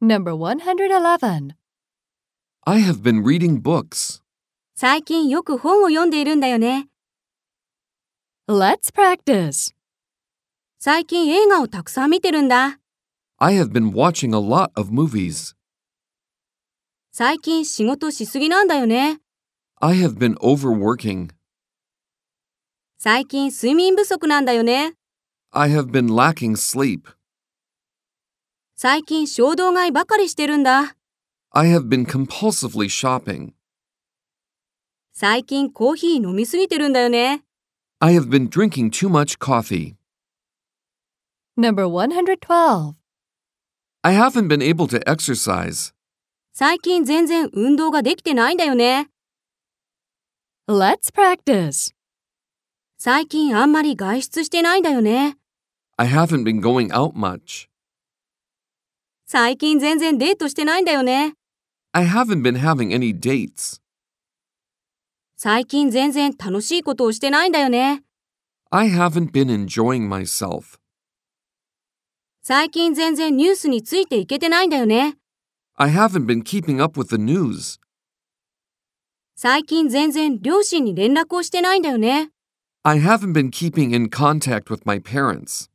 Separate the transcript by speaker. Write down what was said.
Speaker 1: Number 111.
Speaker 2: I have been reading books.
Speaker 3: 最近よく本を読んでいるんだよね。
Speaker 1: Let's practice.
Speaker 3: 最近映画をたくさん見てるんだ。
Speaker 2: I have been watching a lot of movies.
Speaker 3: 最近仕事しすぎなんだよね。
Speaker 2: I have been overworking.
Speaker 3: 最近睡眠不足なんだよね。
Speaker 2: I have been lacking sleep.
Speaker 3: 最近衝動買いばかりしてるんだ。
Speaker 2: I have been compulsively shopping.
Speaker 3: 最近コーヒー飲みすぎてるんだよね。
Speaker 2: I have been drinking too much coffee.
Speaker 1: Number 112.
Speaker 2: I haven't been able to exercise.
Speaker 3: 最近全然運動ができてないんだよね。
Speaker 1: Let's practice.
Speaker 3: 最近あんまり外出してないんだよね。
Speaker 2: I haven't been going out much.
Speaker 3: 最近全然デートしてないんだよね。
Speaker 2: I haven't been having any dates.
Speaker 3: 最近全然楽しいことをしてないんだよね。
Speaker 2: I haven't been enjoying myself.
Speaker 3: 最近全然ニュースについていけてないんだよね。
Speaker 2: I haven't been keeping up with the news.
Speaker 3: 最近全然両親に連絡をしてないんだよね。
Speaker 2: I haven't been keeping in contact with my parents.